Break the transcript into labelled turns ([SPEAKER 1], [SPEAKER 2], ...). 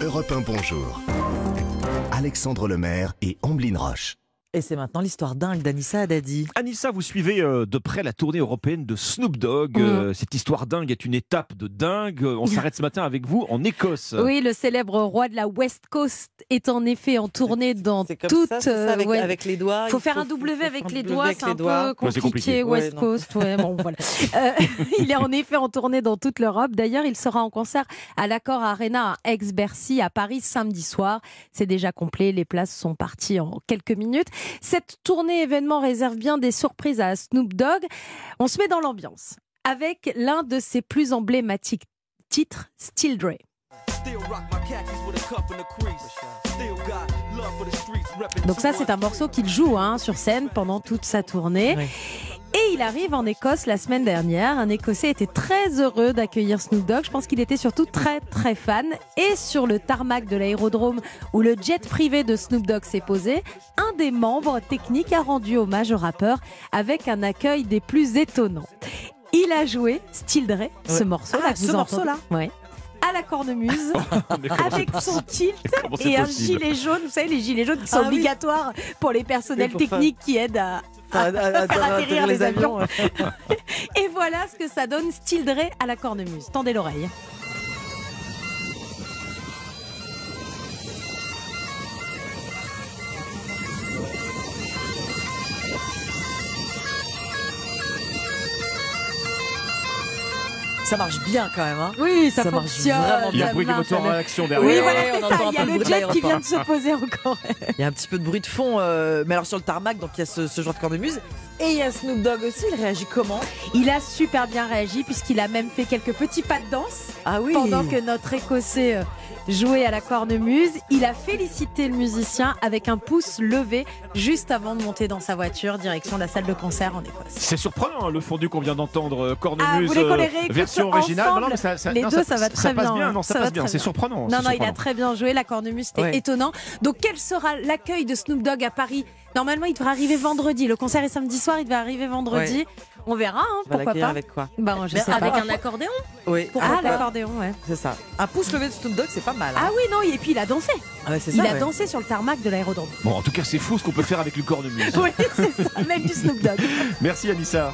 [SPEAKER 1] Europe 1 Bonjour. Alexandre Lemaire et Amblin Roche.
[SPEAKER 2] Et c'est maintenant l'histoire dingue d'Anissa Haddadi.
[SPEAKER 3] Anissa, vous suivez euh, de près la tournée européenne de Snoop Dogg.
[SPEAKER 4] Mm.
[SPEAKER 3] Euh, cette histoire dingue est une étape de dingue. Euh, On s'arrête ce matin avec vous en Écosse.
[SPEAKER 4] Oui, le célèbre roi de la West Coast est en effet en tournée dans
[SPEAKER 5] C'est comme
[SPEAKER 4] toute.
[SPEAKER 5] ça, c'est ça, avec,
[SPEAKER 4] euh, ouais.
[SPEAKER 5] avec les doigts.
[SPEAKER 4] faut,
[SPEAKER 5] il
[SPEAKER 4] faire un
[SPEAKER 5] faut-
[SPEAKER 4] W
[SPEAKER 5] faut
[SPEAKER 4] avec
[SPEAKER 5] faire
[SPEAKER 4] les
[SPEAKER 5] un W
[SPEAKER 4] doigts,
[SPEAKER 5] avec
[SPEAKER 4] c'est
[SPEAKER 5] les
[SPEAKER 4] un
[SPEAKER 5] doigts.
[SPEAKER 4] peu
[SPEAKER 3] Ouais, c'est
[SPEAKER 4] compliqué.
[SPEAKER 3] compliqué.
[SPEAKER 4] West
[SPEAKER 5] Ouais, non.
[SPEAKER 4] Coast, ouais, bon, voilà. Euh, il est en effet en tournée dans toute l'Europe. D'ailleurs, il sera en concert à l'Accor Arena à Aix-Bercy à Paris samedi soir. C'est déjà complet, les places sont parties en quelques minutes. Cette tournée événement réserve bien des surprises à Snoop Dogg. On se met dans l'ambiance avec l'un de ses plus emblématiques titres, Still Dre. Donc ça, c'est un morceau qu'il joue hein, sur scène pendant toute sa tournée.
[SPEAKER 5] Oui.
[SPEAKER 4] Et il arrive en Écosse la semaine dernière. Un Écossais était très heureux d'accueillir Snoop Dogg. Je pense qu'il était surtout très très fan. Et sur le tarmac de l'aérodrome où le jet privé de Snoop Dogg s'est posé, un des membres techniques a rendu hommage au rappeur avec un accueil des plus étonnants. Il a joué Still Dre, ce morceau-là.
[SPEAKER 5] Ah,
[SPEAKER 4] que vous
[SPEAKER 5] ce
[SPEAKER 4] entendez.
[SPEAKER 5] morceau-là. Oh,
[SPEAKER 4] Ouais. À la cornemuse,
[SPEAKER 3] Mais comment-
[SPEAKER 4] avec son tilt
[SPEAKER 3] comment c'est
[SPEAKER 4] Ah, ben, et un
[SPEAKER 3] possible
[SPEAKER 4] gilet jaune, vous savez, les gilets jaunes qui sont
[SPEAKER 5] Ah oui.
[SPEAKER 4] obligatoires pour les personnels
[SPEAKER 5] Oui, pour
[SPEAKER 4] techniques qui aident à.
[SPEAKER 5] Enfin, à- à- à-
[SPEAKER 4] faire atterrir les avions.
[SPEAKER 5] ouais.
[SPEAKER 4] Et voilà ce que ça donne Style Dre à la cornemuse. Tendez l'oreille.
[SPEAKER 5] Ça marche bien quand même. Hein.
[SPEAKER 4] Oui, ça,
[SPEAKER 5] Ça marche
[SPEAKER 4] fonctionne.
[SPEAKER 5] vraiment
[SPEAKER 3] Il y a
[SPEAKER 4] ça
[SPEAKER 3] le bruit du
[SPEAKER 4] marche.
[SPEAKER 3] moteur en action derrière.
[SPEAKER 4] Oui,
[SPEAKER 5] Ouais,
[SPEAKER 4] voilà,
[SPEAKER 5] ouais,
[SPEAKER 4] c'est
[SPEAKER 5] on
[SPEAKER 4] ça.
[SPEAKER 5] entend
[SPEAKER 4] Il y a
[SPEAKER 5] un peu
[SPEAKER 4] le
[SPEAKER 5] de
[SPEAKER 4] jet qui
[SPEAKER 5] l'aéroport.
[SPEAKER 4] vient de se poser encore.
[SPEAKER 5] Il y a un petit peu de bruit de fond. euh, mais alors sur le tarmac, donc il y a ce, ce genre de cornemuse. Et il y a Snoop Dogg aussi. Il réagit comment
[SPEAKER 4] Il a super bien réagi puisqu'il a même fait quelques petits pas de danse.
[SPEAKER 5] Ah oui.
[SPEAKER 4] Pendant que notre Écossais euh, jouait à la cornemuse, il a félicité le musicien avec un pouce levé juste avant de monter dans sa voiture direction la salle de concert en Écosse.
[SPEAKER 3] C'est surprenant hein, le fondu qu'on vient d'entendre, euh,
[SPEAKER 4] Ah, vous
[SPEAKER 3] Cornemuse,
[SPEAKER 4] voulez qu'on
[SPEAKER 3] euh,
[SPEAKER 4] les réécoute
[SPEAKER 3] version originale.
[SPEAKER 4] ensemble
[SPEAKER 3] Non, mais ça, ça-
[SPEAKER 4] Les
[SPEAKER 3] non,
[SPEAKER 4] deux, ça va très
[SPEAKER 3] passe
[SPEAKER 4] bien,
[SPEAKER 3] bien. Non, ça,
[SPEAKER 4] ça va
[SPEAKER 3] passe bien.
[SPEAKER 4] très
[SPEAKER 3] C'est
[SPEAKER 4] bien.
[SPEAKER 3] surprenant. hein,
[SPEAKER 4] Non,
[SPEAKER 3] c'est
[SPEAKER 4] non, il a
[SPEAKER 3] surprenant.
[SPEAKER 4] très bien joué, la cornemuse, c'était
[SPEAKER 5] Ouais.
[SPEAKER 4] étonnant. Donc, quel sera l'accueil de Snoop Dogg à Paris Normalement, il devrait arriver vendredi. Le concert est samedi soir, il devrait arriver vendredi. On verra, hein,
[SPEAKER 5] On va
[SPEAKER 4] pourquoi
[SPEAKER 5] l'accueillir
[SPEAKER 4] pas.
[SPEAKER 5] avec quoi
[SPEAKER 4] Ben, je
[SPEAKER 5] Mais
[SPEAKER 4] sais
[SPEAKER 5] avec
[SPEAKER 4] pas.
[SPEAKER 6] un accordéon
[SPEAKER 5] Oui.
[SPEAKER 4] Ah,
[SPEAKER 5] d'accord.
[SPEAKER 4] l'accordéon, ouais.
[SPEAKER 5] C'est ça. Un pouce levé de Snoop Dogg, c'est pas mal.
[SPEAKER 4] Ah
[SPEAKER 5] hein.
[SPEAKER 4] oui, non, et puis il a dansé.
[SPEAKER 5] Ah ouais, c'est
[SPEAKER 4] Il
[SPEAKER 5] ça,
[SPEAKER 4] a
[SPEAKER 5] ouais.
[SPEAKER 4] dansé sur le tarmac de l'aérodrome.
[SPEAKER 3] Bon, en tout cas, c'est fou ce qu'on peut faire avec le Cornemuse.
[SPEAKER 4] Oui, c'est ça, même du Snoop Dogg.
[SPEAKER 3] Merci, Anissa.